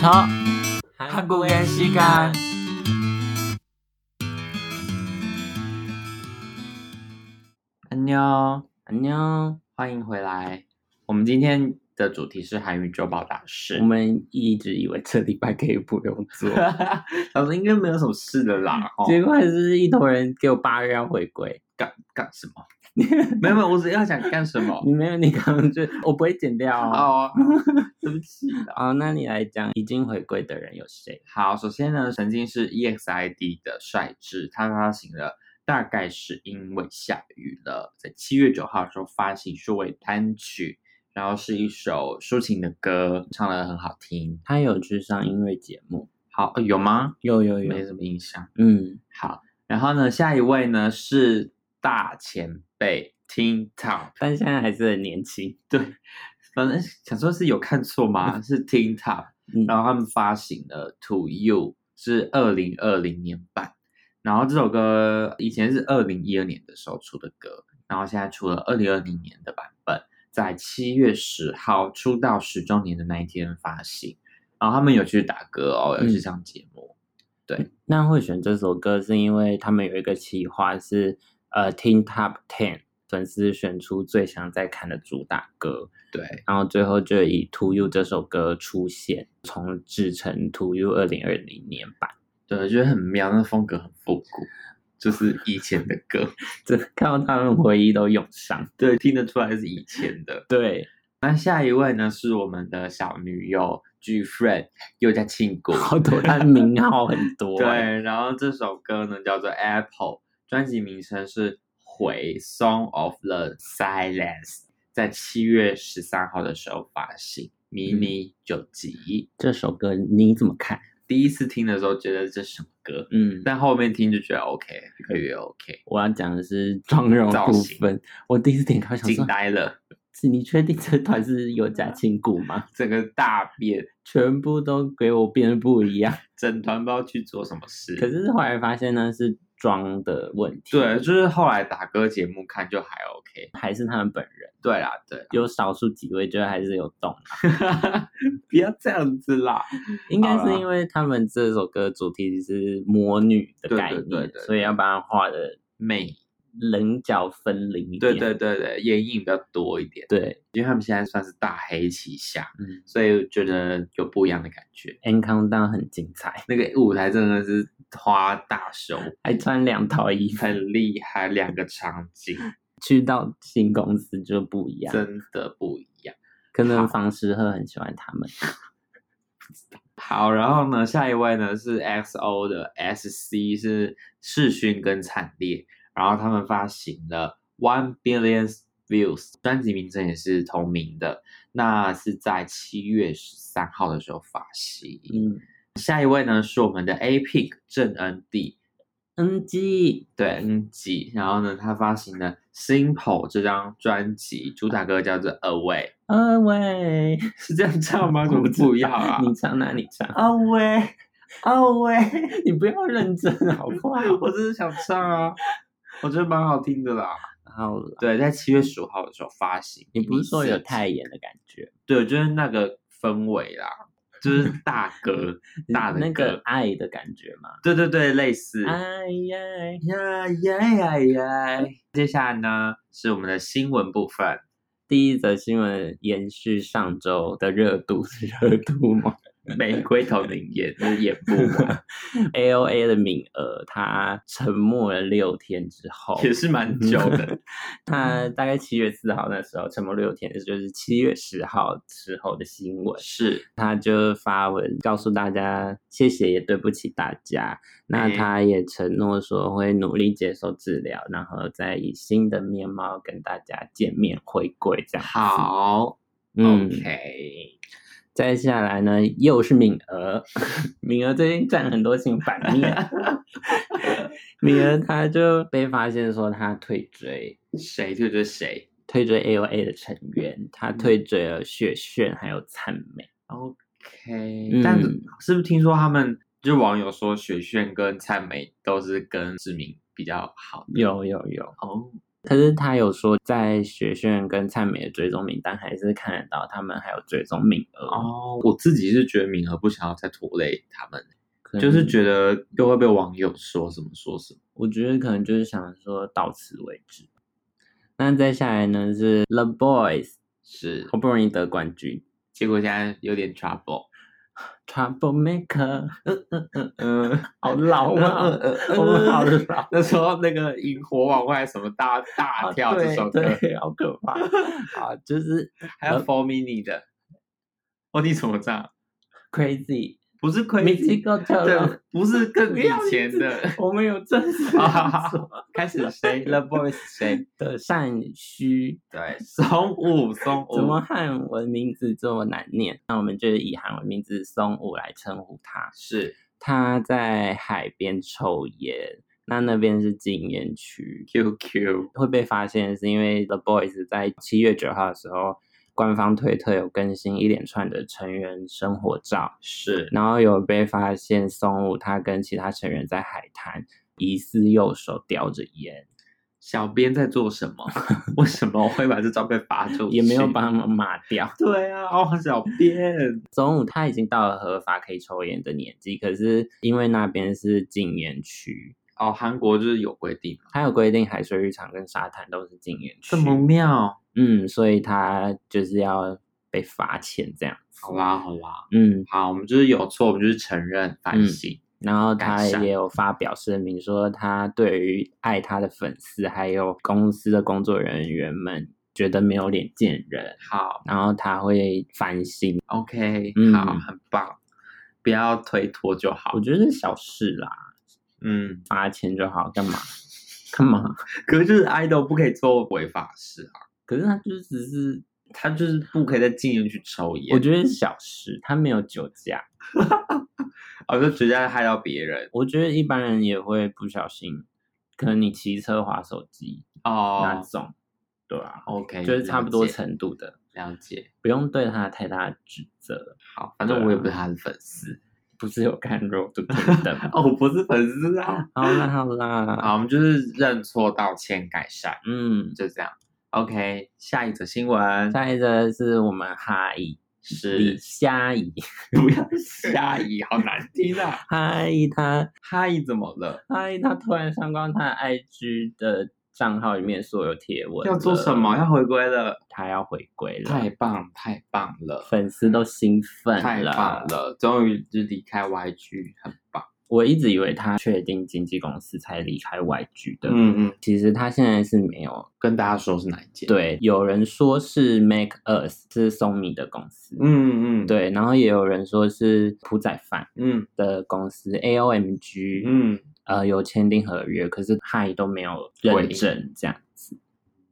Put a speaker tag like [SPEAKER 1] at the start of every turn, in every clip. [SPEAKER 1] 萄，
[SPEAKER 2] 한국의시간 安妞，
[SPEAKER 1] 안녕，
[SPEAKER 2] 欢迎回来。我们今天的主题是韩语周报大事
[SPEAKER 1] 我。们一直以为这礼拜可以不用做，
[SPEAKER 2] 老师应该没有什么事的啦，哦，
[SPEAKER 1] 结果还是一头人给我八月要回归。
[SPEAKER 2] 干干什么？ 没有没有，我只要想干什么。
[SPEAKER 1] 你没有，你刚刚就我不会剪掉哦。
[SPEAKER 2] 哦， 对不起。
[SPEAKER 1] 好，那你来讲已经回归的人有谁？
[SPEAKER 2] 好，首先呢，曾经是 E EXID 的帅智，他发行了。大概是因为下雨了，在七月九号的时候发行数位单曲，然后是一首抒情的歌，唱的很好听。
[SPEAKER 1] 他有去上音乐节目，
[SPEAKER 2] 好，呃有吗？
[SPEAKER 1] 有有
[SPEAKER 2] 没
[SPEAKER 1] 有，
[SPEAKER 2] 什么印象。
[SPEAKER 1] 嗯，
[SPEAKER 2] 好，然后呢，下一位呢是大前辈 Tin Top，
[SPEAKER 1] 但现在还是很年轻。
[SPEAKER 2] 反正想说是有看错吗？是 Tin Top，
[SPEAKER 1] 嗯，
[SPEAKER 2] 然后他们发行了《To You》，是二零二零年版。然后这首歌以前是二零一二年的时候出的歌，然后现在出了二零二零年的版本，在七月十号出道十周年的那一天发行。然后他们有去打歌哦，有去
[SPEAKER 1] 嗯
[SPEAKER 2] 上节目。
[SPEAKER 1] 那会选这首歌是因为他们有一个企划是呃 Teen Top Ten 粉丝选出最想再看的主打歌，
[SPEAKER 2] 对，
[SPEAKER 1] 然后最后就以《To You》这首歌出现，重制成《To You》二零二零年版。
[SPEAKER 2] 对，我觉得很妙，那风格很复古，就是以前的歌，
[SPEAKER 1] 这看到他们回忆都涌上。
[SPEAKER 2] 对，听得出来是以前的。
[SPEAKER 1] 对，
[SPEAKER 2] 那下一位呢，是我们的小女友 G Friend，又叫庆谷，
[SPEAKER 1] 好多，他名号很多。，啊
[SPEAKER 2] 对，然后这首歌呢叫做 Apple，专辑名称是《回 Song of the Silence》，在七月十三号的时候发行，迷
[SPEAKER 1] 嗯
[SPEAKER 2] 你九集。
[SPEAKER 1] 这首歌你怎么看？
[SPEAKER 2] 第一次听的时候觉得这什么歌，
[SPEAKER 1] 嗯，
[SPEAKER 2] 但后面听就觉得 OK，越来越 OK，
[SPEAKER 1] 我要讲的是妆容
[SPEAKER 2] 造
[SPEAKER 1] 部
[SPEAKER 2] 型
[SPEAKER 1] 分。我第一次点开想
[SPEAKER 2] 惊
[SPEAKER 1] 说，
[SPEAKER 2] 呆了，
[SPEAKER 1] 你确定这团是有假亲骨吗？
[SPEAKER 2] 整个大变，
[SPEAKER 1] 全部都给我变得不一样。
[SPEAKER 2] 整团不知道去做什么事。
[SPEAKER 1] 可是后来发现呢，是妆的问题。
[SPEAKER 2] 对，就是后来打歌节目看就还 OK。
[SPEAKER 1] 还是他们本人
[SPEAKER 2] 对啦，对 啦，
[SPEAKER 1] 有少数几位，就是还是有动啊。
[SPEAKER 2] 不要这样子啦。
[SPEAKER 1] 应该
[SPEAKER 2] 好啦
[SPEAKER 1] 是因为他们这首歌主题是魔女的
[SPEAKER 2] 对
[SPEAKER 1] 概
[SPEAKER 2] 对
[SPEAKER 1] 念，
[SPEAKER 2] 对对
[SPEAKER 1] 所以要把它画的
[SPEAKER 2] 美，
[SPEAKER 1] 棱角分明一点。
[SPEAKER 2] 对对对对，眼影比较多一点，
[SPEAKER 1] 对，
[SPEAKER 2] 因为他们现在算是大黑旗下，
[SPEAKER 1] 嗯
[SPEAKER 2] 所以觉得有不一样的感觉。
[SPEAKER 1] ，N Countdown 很精彩，
[SPEAKER 2] 那个舞台真的是花大手，
[SPEAKER 1] 还穿两套衣服，
[SPEAKER 2] 很厉害，两个场景
[SPEAKER 1] 去到新公司就不一样。
[SPEAKER 2] 真的不一样。
[SPEAKER 1] 可能房时鹤很喜欢他 们。
[SPEAKER 2] 好，然后呢，下一位呢是 XO 的 SC 是世勋跟惨烈，然后他们发行了 One Billion Views 专辑名称也是同名的，那是在七月十三号的时候发行。
[SPEAKER 1] 嗯
[SPEAKER 2] 下一位呢是我们的 A Pink 郑恩地，
[SPEAKER 1] ，N G
[SPEAKER 2] 对恩吉，然后呢他发行了 Simple 这张专辑，主打歌叫做 Away，
[SPEAKER 1] 二位，
[SPEAKER 2] 是这样唱吗？怎么不一样啊
[SPEAKER 1] 你唱哪里唱？
[SPEAKER 2] ？Away Away，
[SPEAKER 1] 你不要认真好不好？
[SPEAKER 2] 我只是想唱啊，我觉得蛮好听的啦。
[SPEAKER 1] 好了，
[SPEAKER 2] 对，在七月十五号的时候发行，
[SPEAKER 1] 你不是说有
[SPEAKER 2] 迷你四
[SPEAKER 1] 太严的感觉？
[SPEAKER 2] 对，就是那个氛围啦，就是大歌大的歌，
[SPEAKER 1] 那个爱的感觉吗？
[SPEAKER 2] 对对对，类似。
[SPEAKER 1] 爱爱
[SPEAKER 2] 呀呀呀呀！接下来呢是我们的新闻部分。
[SPEAKER 1] 第一则新闻延续上周的热度， 是热度吗？
[SPEAKER 2] 玫瑰头灵眼就是演不完，
[SPEAKER 1] A O A 的名额，他沉默了六天之后，
[SPEAKER 2] 也是蛮久的。
[SPEAKER 1] 他大概七月四号那时候沉默六天，就是七月十号之后的新闻，
[SPEAKER 2] 是
[SPEAKER 1] 他就发文告诉大家谢谢也对不起大家，那
[SPEAKER 2] 哎
[SPEAKER 1] 他也承诺说会努力接受治疗，然后再以新的面貌跟大家见面回归这样子。
[SPEAKER 2] 好、
[SPEAKER 1] 嗯
[SPEAKER 2] o k
[SPEAKER 1] 再下来呢，又是敏儿， 敏儿最近占很多新版面。 敏儿她就被发现说她退追，
[SPEAKER 2] 谁对对谁
[SPEAKER 1] 退追 A O A 的成员，她
[SPEAKER 2] 嗯
[SPEAKER 1] 退追了雪炫还有灿美。
[SPEAKER 2] ？OK，、
[SPEAKER 1] 嗯
[SPEAKER 2] 但是不是听说他们就是网友说雪炫跟灿美都是跟志明比较好的
[SPEAKER 1] 有有有，
[SPEAKER 2] 哦？
[SPEAKER 1] 可是他有说，在学炫跟灿美的追踪名单还是看得到他们还有追踪名额，
[SPEAKER 2] 哦，我自己是觉得敏儿不想要再拖累他们，
[SPEAKER 1] 可能
[SPEAKER 2] 就是觉得又会被网友说什么说什么。
[SPEAKER 1] 我觉得可能就是想说到此为止。那再下来呢是 The Boys，
[SPEAKER 2] 是
[SPEAKER 1] 好，不容易得冠军
[SPEAKER 2] 结果现在有点 trouble。
[SPEAKER 1] ，Trouble Maker，
[SPEAKER 2] 嗯，
[SPEAKER 1] 好老啊，我们好老。
[SPEAKER 2] 那时候那个萤火晚会还什么大大啊跳这首歌，
[SPEAKER 1] 对对，好可 怕啊！就是
[SPEAKER 2] 还有 Four Mini 的，呃哦，你怎么唱？
[SPEAKER 1] crazy，
[SPEAKER 2] 不是 c
[SPEAKER 1] 没
[SPEAKER 2] r
[SPEAKER 1] 听过跳
[SPEAKER 2] 对
[SPEAKER 1] 了，，
[SPEAKER 2] 不 是更
[SPEAKER 1] 不
[SPEAKER 2] 以
[SPEAKER 1] 要
[SPEAKER 2] 前 的。
[SPEAKER 1] 我们有正式
[SPEAKER 2] 好好
[SPEAKER 1] 要
[SPEAKER 2] 好
[SPEAKER 1] 做
[SPEAKER 2] 开 始谁 The Boys 谁？
[SPEAKER 1] 的善须，
[SPEAKER 2] 对，松武松 武，
[SPEAKER 1] 怎么汉文名字这么难念？那我们就以韩文名字松武来称呼他。
[SPEAKER 2] 是
[SPEAKER 1] 他在海边抽烟，那那边是禁烟区，
[SPEAKER 2] QQ？
[SPEAKER 1] 会被发现是因为 The Boys 在七月九号的时候，官方推特有更新一连串的成员生活照，
[SPEAKER 2] 是
[SPEAKER 1] 然后有被发现松武他跟其他成员在海滩，疑似右手叼着烟，
[SPEAKER 2] 小编在做什 么？为什么会把这照片发出去？
[SPEAKER 1] 也没有把他们骂掉。
[SPEAKER 2] 对啊，哦，小编
[SPEAKER 1] 松武他已经到了合法可以抽烟的年纪，可是因为那边是禁烟区，
[SPEAKER 2] 哦，韩国就是有规定嘛，
[SPEAKER 1] 他有规定海水浴场跟沙滩都是禁烟区
[SPEAKER 2] 这。么妙？
[SPEAKER 1] 嗯，所以他就是要被罚钱这样子。
[SPEAKER 2] 好啦好啦，
[SPEAKER 1] 嗯，
[SPEAKER 2] 好，我们就是有错，我们就是承认反
[SPEAKER 1] 嗯
[SPEAKER 2] 省。
[SPEAKER 1] 然后
[SPEAKER 2] 改
[SPEAKER 1] 他
[SPEAKER 2] 善
[SPEAKER 1] 也有发表声明说，他对于爱他的粉丝还有公司的工作人员们，觉得没有脸见人，
[SPEAKER 2] 好
[SPEAKER 1] 然后他会反省。
[SPEAKER 2] ，OK，、
[SPEAKER 1] 嗯
[SPEAKER 2] 好，很棒，不要推脱就好
[SPEAKER 1] 我。觉得是小事啦，
[SPEAKER 2] 嗯，
[SPEAKER 1] 罚钱就好，干嘛干嘛？
[SPEAKER 2] 可是就是 idol 不可以做违法事啊，
[SPEAKER 1] 可是他就只是，
[SPEAKER 2] 他就是不可以在禁烟区抽烟。
[SPEAKER 1] 我觉得是小事，他没有酒驾。
[SPEAKER 2] 我哦就直接害到别人
[SPEAKER 1] 我觉得一般人也会不小心，可能你骑车划手机那
[SPEAKER 2] 哦。
[SPEAKER 1] 种，对啊，
[SPEAKER 2] OK，
[SPEAKER 1] 就是差不多
[SPEAKER 2] 了解
[SPEAKER 1] 程度的，
[SPEAKER 2] 了解。
[SPEAKER 1] 不用对他太大的指责。
[SPEAKER 2] 好，反正
[SPEAKER 1] 对啊
[SPEAKER 2] 我也不是他的粉丝。
[SPEAKER 1] 不是有看肉就平等
[SPEAKER 2] 哦，我不是粉 丝啊。
[SPEAKER 1] 好啦好啦，
[SPEAKER 2] 好，我们就是认错、道歉、改善，
[SPEAKER 1] 嗯，
[SPEAKER 2] 就这样。OK，下一则新闻
[SPEAKER 1] 下一个是我们哈伊李
[SPEAKER 2] 是
[SPEAKER 1] 虾 姨，
[SPEAKER 2] 不要下移，好难听 啊！
[SPEAKER 1] 哈伊他
[SPEAKER 2] 哈伊怎么了？
[SPEAKER 1] 哈伊他突然上光他的 IG 的账号里面所有贴文，
[SPEAKER 2] 要做什？么？要回归了，
[SPEAKER 1] 他要回归了，
[SPEAKER 2] 太棒，太棒了，
[SPEAKER 1] 粉丝都兴奋
[SPEAKER 2] 太棒了！终于就离开 YG，很棒。
[SPEAKER 1] 我一直以为他确定经纪公司才离开 YG 的，
[SPEAKER 2] 嗯嗯，
[SPEAKER 1] 其实他现在是没有。
[SPEAKER 2] 跟大家说是哪一件？，
[SPEAKER 1] 对，有人说是 Make Us 是松米的公司，
[SPEAKER 2] 嗯嗯，，
[SPEAKER 1] 对，然后也有人说是朴宰范。
[SPEAKER 2] 嗯
[SPEAKER 1] 的公司 AOMG，、
[SPEAKER 2] 嗯，
[SPEAKER 1] 呃，有签订合约，可是嗨都没有
[SPEAKER 2] 回
[SPEAKER 1] 认
[SPEAKER 2] 应
[SPEAKER 1] 证这样子，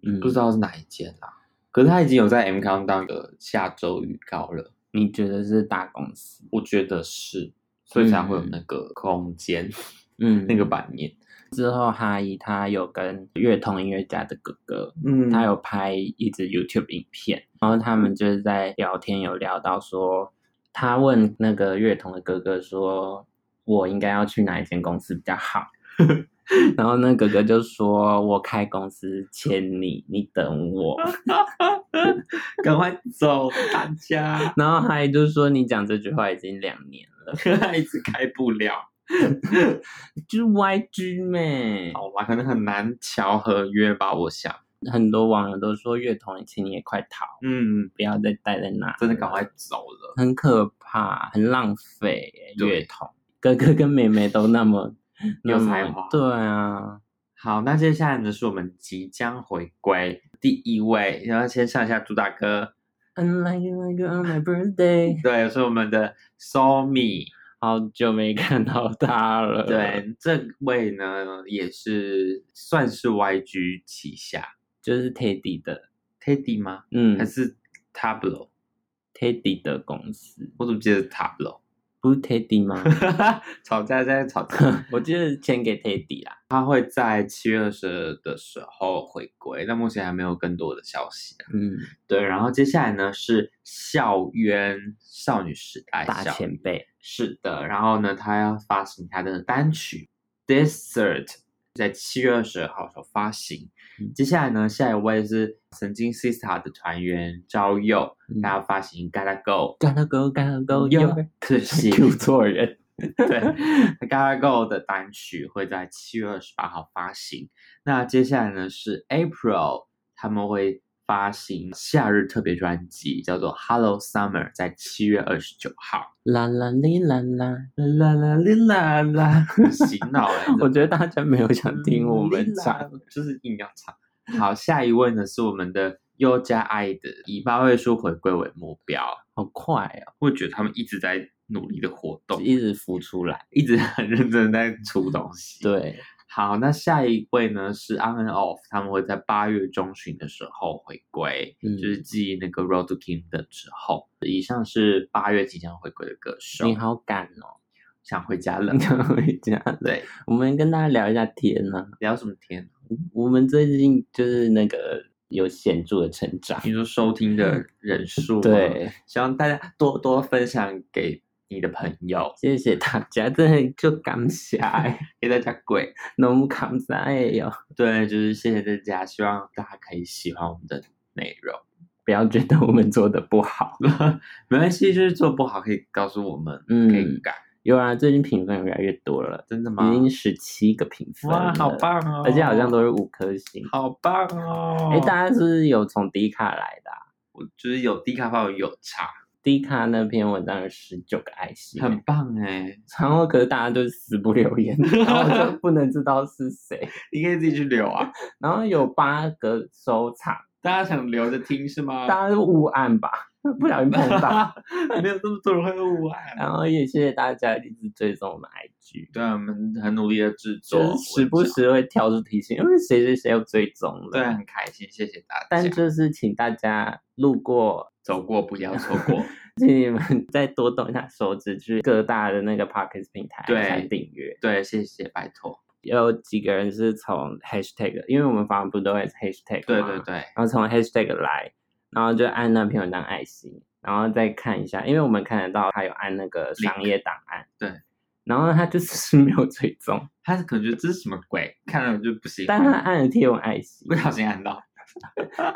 [SPEAKER 1] 嗯，
[SPEAKER 2] 不知道是哪一件啦。可是他已经有在 M Countdown 的下周预告了，
[SPEAKER 1] 你觉得是大公司？
[SPEAKER 2] 我觉得是，所以才会有那个空间、
[SPEAKER 1] 嗯，
[SPEAKER 2] 那个版面。
[SPEAKER 1] 之后哈伊他有跟乐童音乐家的哥哥，
[SPEAKER 2] 嗯
[SPEAKER 1] 他有拍一支 YouTube 影片，然后他们就是在聊天，有聊到说，他问那个乐童的哥哥说，我应该要去哪一间公司比较好？ 然后那哥哥就说：“我开公司签你，你等我。”
[SPEAKER 2] 赶快走，大家
[SPEAKER 1] 然后还就是说你讲这句话已经两年了，
[SPEAKER 2] 一直开不了，
[SPEAKER 1] 就是 YG 妹，
[SPEAKER 2] 好吧，可能很难调合约吧，我想。
[SPEAKER 1] 很多网友都说乐童，请你也快逃，
[SPEAKER 2] 嗯，
[SPEAKER 1] 不要再待在那，
[SPEAKER 2] 真的赶快，走了。
[SPEAKER 1] 很可怕，很浪费耶
[SPEAKER 2] 对
[SPEAKER 1] 乐童，哥哥跟妹妹都那么
[SPEAKER 2] 有
[SPEAKER 1] 那么
[SPEAKER 2] 才华
[SPEAKER 1] 对啊，
[SPEAKER 2] 好，那接下来呢是我们即将回归第一位，然后先上一下朱大哥，
[SPEAKER 1] And like you like you on my birthday，
[SPEAKER 2] 对，是我们的 Somi，
[SPEAKER 1] 好久没看到他了。，
[SPEAKER 2] 对，这位呢也是算是 YG 旗下
[SPEAKER 1] 就是 Teddy 的，
[SPEAKER 2] Teddy 吗？
[SPEAKER 1] 嗯
[SPEAKER 2] 还是 Tableau？
[SPEAKER 1] ，Teddy 的公司，
[SPEAKER 2] 我怎么记得是 Tableau？
[SPEAKER 1] 不是 Teddy 吗？
[SPEAKER 2] 吵架现在吵架，
[SPEAKER 1] 我记得签给 Teddy 啦。
[SPEAKER 2] 他 会在七月二十二的时候回归，那目前还没有更多的消息啊。
[SPEAKER 1] 嗯，
[SPEAKER 2] 对，然后接下来呢是校园少女时代
[SPEAKER 1] 大
[SPEAKER 2] 校
[SPEAKER 1] 前辈，
[SPEAKER 2] 是的，然后呢，他要发行他的单曲《Desert》，在七月二十二号时候发行。
[SPEAKER 1] 嗯
[SPEAKER 2] 接下来呢，下一位是神经 Sista 的团员朝佑，
[SPEAKER 1] 嗯
[SPEAKER 2] 他发行《Gotta Go》
[SPEAKER 1] Gotta go, gotta go,
[SPEAKER 2] 又
[SPEAKER 1] yo！
[SPEAKER 2] 可惜
[SPEAKER 1] Q 错人，
[SPEAKER 2] 对，Gotta Go 的单曲会在七月二十八号发行。那接下来呢是 April，他们会发行夏日特别专辑，叫做《Hello Summer》，在七月二十九号。
[SPEAKER 1] 啦啦哩啦啦。
[SPEAKER 2] 啦啦哩啦啦，洗脑哎、
[SPEAKER 1] 我觉得大家没有想听我们唱，，
[SPEAKER 2] 就是硬要唱。好，下一位呢是我们的优加爱的，以八位数回归为目标。
[SPEAKER 1] 好快
[SPEAKER 2] 我觉得他们一直在努力的活
[SPEAKER 1] 哦，
[SPEAKER 2] 动，
[SPEAKER 1] 一直浮出来。
[SPEAKER 2] 一直很认真地在出东西。，
[SPEAKER 1] 对，
[SPEAKER 2] 好，那下一位呢是 On and Off，他们会在八月中旬的时候回归，
[SPEAKER 1] 嗯
[SPEAKER 2] 就是继那个 Road to Kingdom 之后。以上是八月即将回归的歌手。
[SPEAKER 1] 你，好赶哦，
[SPEAKER 2] 想回家 了
[SPEAKER 1] 你。看回家。
[SPEAKER 2] 对，
[SPEAKER 1] 我们跟大家聊一下天呢、
[SPEAKER 2] 聊什么天？
[SPEAKER 1] 我们最近就是那个有显著的成长，
[SPEAKER 2] 听说收 听的人数，
[SPEAKER 1] 对，
[SPEAKER 2] 希望大家多多分享给你的朋友，
[SPEAKER 1] 谢谢大家，真的就感谢，
[SPEAKER 2] 给大家跪。
[SPEAKER 1] 너무感哎谢哟！
[SPEAKER 2] 对，就是谢谢大家，希望大家可以喜欢我们的内容。
[SPEAKER 1] 不要觉得我们做的不好。
[SPEAKER 2] 没关系，就是做不好可以告诉我们，
[SPEAKER 1] 嗯
[SPEAKER 2] 可以改。
[SPEAKER 1] 有啊，最近评分越来越多了，
[SPEAKER 2] 真的吗
[SPEAKER 1] 已？经十七个评分
[SPEAKER 2] 哇，好
[SPEAKER 1] 了
[SPEAKER 2] 棒哦！
[SPEAKER 1] 而且好像都是五颗星。
[SPEAKER 2] 好棒哦！
[SPEAKER 1] 哎、大家是不是有从迪卡来的、啊？
[SPEAKER 2] 我就是有低咖啡有茶，
[SPEAKER 1] 迪卡那篇文章有十九个爱心，欸
[SPEAKER 2] 很棒哎！
[SPEAKER 1] 然后可是大家就死不留言，然后我就不能知道是谁。
[SPEAKER 2] 你可以自己去留啊，
[SPEAKER 1] 然后有八个收藏，
[SPEAKER 2] 大家想留着听是吗？
[SPEAKER 1] 大家是误按吧，不小心碰 到。
[SPEAKER 2] 没有这么多人会误按。
[SPEAKER 1] 然后也谢谢大家一直追踪我们 IG，
[SPEAKER 2] 对，啊我们很努力的制作
[SPEAKER 1] 就
[SPEAKER 2] 文章，
[SPEAKER 1] 是时不时会跳出提醒，因为谁谁谁又追踪了。
[SPEAKER 2] 对，很开心，谢谢大家。
[SPEAKER 1] 但就是请大家路过，
[SPEAKER 2] 走过不要错 过，
[SPEAKER 1] 请你们 再多动一下手指，去各大的那个 Podcast 平台
[SPEAKER 2] 对
[SPEAKER 1] 按下订阅。
[SPEAKER 2] 对，谢谢，拜托。
[SPEAKER 1] 有几个人是从 Hashtag，因为我们访问不都会 Hashtag
[SPEAKER 2] 对
[SPEAKER 1] 嘛
[SPEAKER 2] 对对，
[SPEAKER 1] 然后从 hashtag 来，然后就按那篇文章爱心，然后再看一下，因为我们看得到他有按那个商业档案，
[SPEAKER 2] 对，
[SPEAKER 1] 然后他就是 没有追踪，
[SPEAKER 2] 他可能觉得这是什么鬼，看了我就不喜
[SPEAKER 1] 但他
[SPEAKER 2] 欢，
[SPEAKER 1] 按了贴文爱心
[SPEAKER 2] 不，小心按到，
[SPEAKER 1] 啊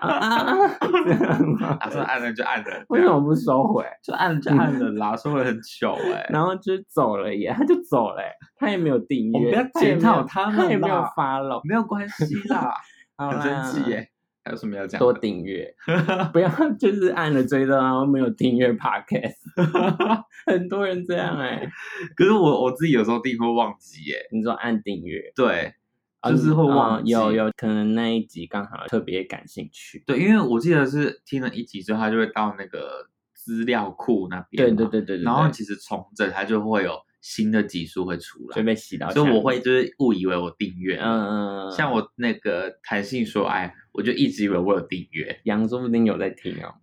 [SPEAKER 1] 啊啊！这样吗
[SPEAKER 2] 啊，说按了就按了，啊
[SPEAKER 1] 为什么不嗯收回？
[SPEAKER 2] 就按了就按了啦？说会很糗哎、
[SPEAKER 1] 然后就走了耶，他就走了耶，他也没有订
[SPEAKER 2] 我们
[SPEAKER 1] 阅，
[SPEAKER 2] 不要
[SPEAKER 1] 他也
[SPEAKER 2] 检
[SPEAKER 1] 没有
[SPEAKER 2] 讨他
[SPEAKER 1] 他也
[SPEAKER 2] 们
[SPEAKER 1] 没有
[SPEAKER 2] 啦
[SPEAKER 1] 发了，
[SPEAKER 2] 没有关系啦，
[SPEAKER 1] 好
[SPEAKER 2] 很
[SPEAKER 1] 啦
[SPEAKER 2] 生气耶、，还有什么要 讲
[SPEAKER 1] 多
[SPEAKER 2] 的？
[SPEAKER 1] 订阅，不 要就是按了追踪，然后没有订阅 podcast，很多人这样哎，
[SPEAKER 2] 可是我我自己有时候定会忘记耶、
[SPEAKER 1] 你说按订阅。
[SPEAKER 2] 对，
[SPEAKER 1] 啊
[SPEAKER 2] 就是会
[SPEAKER 1] 嗯
[SPEAKER 2] 忘记
[SPEAKER 1] 有有可能那一集刚好特别感兴趣。
[SPEAKER 2] 对，因为我记得是听了一集之后，他就会到那个资料库那边
[SPEAKER 1] 对
[SPEAKER 2] 嘛，
[SPEAKER 1] 对对对对，
[SPEAKER 2] 然后
[SPEAKER 1] 对
[SPEAKER 2] 其实重整它就会有新的集数会出来
[SPEAKER 1] 就，被洗到下
[SPEAKER 2] 所
[SPEAKER 1] 面，
[SPEAKER 2] 以我会就是误以为我订阅，
[SPEAKER 1] 嗯
[SPEAKER 2] 嗯，
[SPEAKER 1] 嗯，嗯
[SPEAKER 2] 像我那个弹性说爱，我就一直以为我有订阅，
[SPEAKER 1] 杨说不定有在听 哦，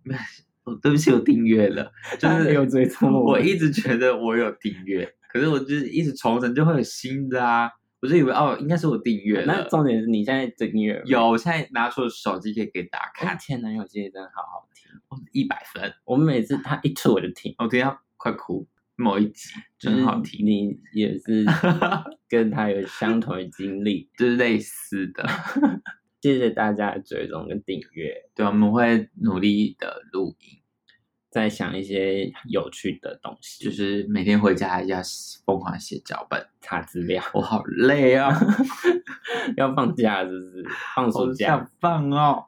[SPEAKER 2] 我对不起，我订阅 了，就
[SPEAKER 1] 他没有
[SPEAKER 2] 是
[SPEAKER 1] 追踪
[SPEAKER 2] 我
[SPEAKER 1] 们
[SPEAKER 2] 一直觉得我有订阅，可是我就是一直重整就会有新的啊，我就以为哦，应该是我订阅
[SPEAKER 1] 那
[SPEAKER 2] 了，
[SPEAKER 1] 重点是你现在订阅吗
[SPEAKER 2] 有，我现在拿出手机可以给大家
[SPEAKER 1] 看
[SPEAKER 2] 看，哦
[SPEAKER 1] 前男友系列真的好好听，
[SPEAKER 2] 一百分，哦
[SPEAKER 1] 我每次他一出我就听，
[SPEAKER 2] 我听到快哭，某一集真好听。
[SPEAKER 1] 听。你也 是跟他有相同的经历，
[SPEAKER 2] 就是类似的，
[SPEAKER 1] 谢谢大家的追踪跟订阅，
[SPEAKER 2] 对，我们会努力的录音。
[SPEAKER 1] 再想一些有趣的东西，
[SPEAKER 2] 就是每天回家要疯狂写脚本，
[SPEAKER 1] 查资料。
[SPEAKER 2] 我好累啊，
[SPEAKER 1] 要放假了是不是？放暑
[SPEAKER 2] 好
[SPEAKER 1] 假。
[SPEAKER 2] 想放哦，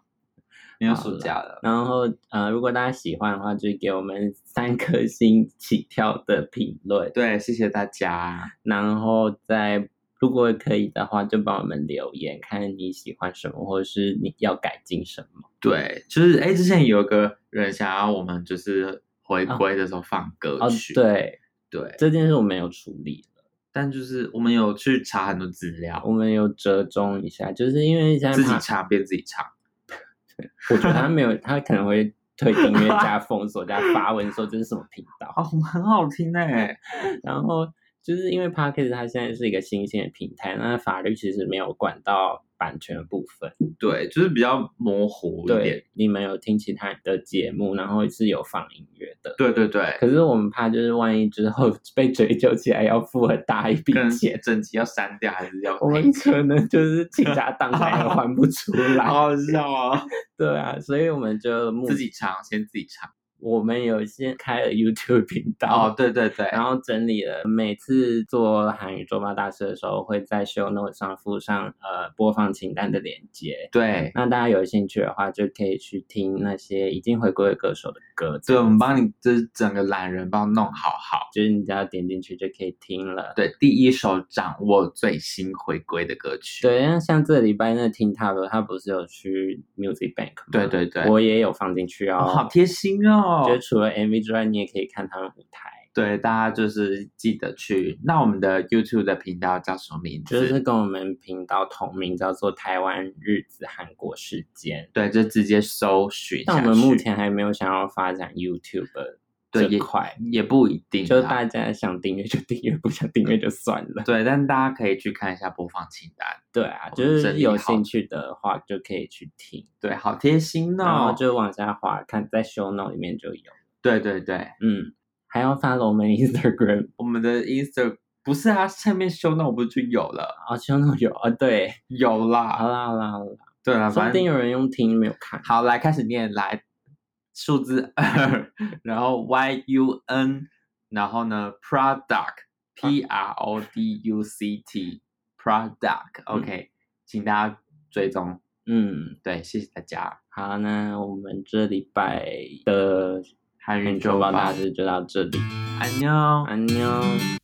[SPEAKER 2] 没有
[SPEAKER 1] 好
[SPEAKER 2] 暑假了，
[SPEAKER 1] 然后呃，如果大家喜欢的话，就给我们三颗星起跳的评论，
[SPEAKER 2] 对，谢谢大家，
[SPEAKER 1] 然后再如果可以的话，就帮我们留言，看你喜欢什么，或者是你要改进什么。
[SPEAKER 2] 对，就是哎，之前有个人想要我们就是回归的时候放歌
[SPEAKER 1] 哦
[SPEAKER 2] 曲，，
[SPEAKER 1] 对，
[SPEAKER 2] 嗯对，
[SPEAKER 1] 这件事我们有处理，
[SPEAKER 2] 但就是我们有去查很多资料，
[SPEAKER 1] 我们有折中一下，就是因为现在
[SPEAKER 2] 自己
[SPEAKER 1] 怕
[SPEAKER 2] 查边自己唱，
[SPEAKER 1] 我觉得他没有，他可能会退订阅 加封锁加发文说这是什么频道，
[SPEAKER 2] 哦，很好听哎，
[SPEAKER 1] 然后就是因为 Podcast 它现在是一个新兴的平台，那法律其实没有管到版权的部分。
[SPEAKER 2] 对，就是比较模糊一点。
[SPEAKER 1] 对，你们有听其他的节目，然后是有放音乐的。
[SPEAKER 2] 对对对，
[SPEAKER 1] 可是我们怕就是万一之后被追究起来，要付很大一笔
[SPEAKER 2] 跟
[SPEAKER 1] 钱，
[SPEAKER 2] 整集要删掉还是要
[SPEAKER 1] 我们
[SPEAKER 2] 赔 钱
[SPEAKER 1] 可能就是倾家荡 产也还不出
[SPEAKER 2] 好
[SPEAKER 1] 来。
[SPEAKER 2] 好笑 哦，
[SPEAKER 1] 对啊，所以我们就目
[SPEAKER 2] 自己尝，先自己尝。
[SPEAKER 1] 我们有先开了 YouTube 频道
[SPEAKER 2] 哦，对对对，
[SPEAKER 1] 然后整理了每次做韩语作报大师的时候，会在 show note 上附上呃播放清单的连接。
[SPEAKER 2] 对
[SPEAKER 1] 那大家有兴趣的话，就可以去听那些已经回归的歌手的歌。
[SPEAKER 2] 对，我们帮你这整个懒人帮弄好好。
[SPEAKER 1] 就是你只要点进去就可以听了。
[SPEAKER 2] 对，第一首掌握最新回归的歌曲。
[SPEAKER 1] 对，因为像这礼拜那 Tin t o 他不是有去 Music Bank 吗？
[SPEAKER 2] 对对对
[SPEAKER 1] 我也有放进去哦。
[SPEAKER 2] 哦好贴心哦！
[SPEAKER 1] 就是除了 MV 之外，你也可以看他们舞台，
[SPEAKER 2] 对，大家就是记得去。那我们的 YouTube 的频道叫什么名字？
[SPEAKER 1] 就是跟我们频道同名，叫做《台湾日子韩国时间》。
[SPEAKER 2] 对，就直接搜寻下
[SPEAKER 1] 但
[SPEAKER 2] 去。
[SPEAKER 1] 我们目前还没有想要发展 YouTube
[SPEAKER 2] 对
[SPEAKER 1] 这块，
[SPEAKER 2] 也不一定啦，
[SPEAKER 1] 就是大家想订阅就订阅，不想订阅就算了。
[SPEAKER 2] 对，但大家可以去看一下播放清单。
[SPEAKER 1] 对啊，
[SPEAKER 2] 我们
[SPEAKER 1] 就是
[SPEAKER 2] 整理
[SPEAKER 1] 有
[SPEAKER 2] 好
[SPEAKER 1] 兴趣的话就可以去听，
[SPEAKER 2] 对，好贴心
[SPEAKER 1] 然后
[SPEAKER 2] 哦！
[SPEAKER 1] 就往下滑，看在 show note 里面就有。
[SPEAKER 2] 对对对，
[SPEAKER 1] 嗯，还要 follow 我们 Instagram
[SPEAKER 2] 我们的 Insta 不是啊，下面修那我不就有了？
[SPEAKER 1] 哦，show note 有哦，对，
[SPEAKER 2] 有啦，
[SPEAKER 1] 好啦好啦好啦，
[SPEAKER 2] 对啦，
[SPEAKER 1] 说
[SPEAKER 2] 反
[SPEAKER 1] 不定
[SPEAKER 2] 正
[SPEAKER 1] 有人用听没有看。
[SPEAKER 2] 好来开始念来，数字二，然后 Y U N，然后呢 product P R O D U C T product OK，、请大家追踪，
[SPEAKER 1] 嗯，
[SPEAKER 2] 对，谢谢大家，
[SPEAKER 1] 好，那我们这礼拜的
[SPEAKER 2] 韩
[SPEAKER 1] 运
[SPEAKER 2] 语
[SPEAKER 1] 球
[SPEAKER 2] 周
[SPEAKER 1] 报
[SPEAKER 2] 报，
[SPEAKER 1] 大师就到这里，
[SPEAKER 2] 安妞。
[SPEAKER 1] 安妞。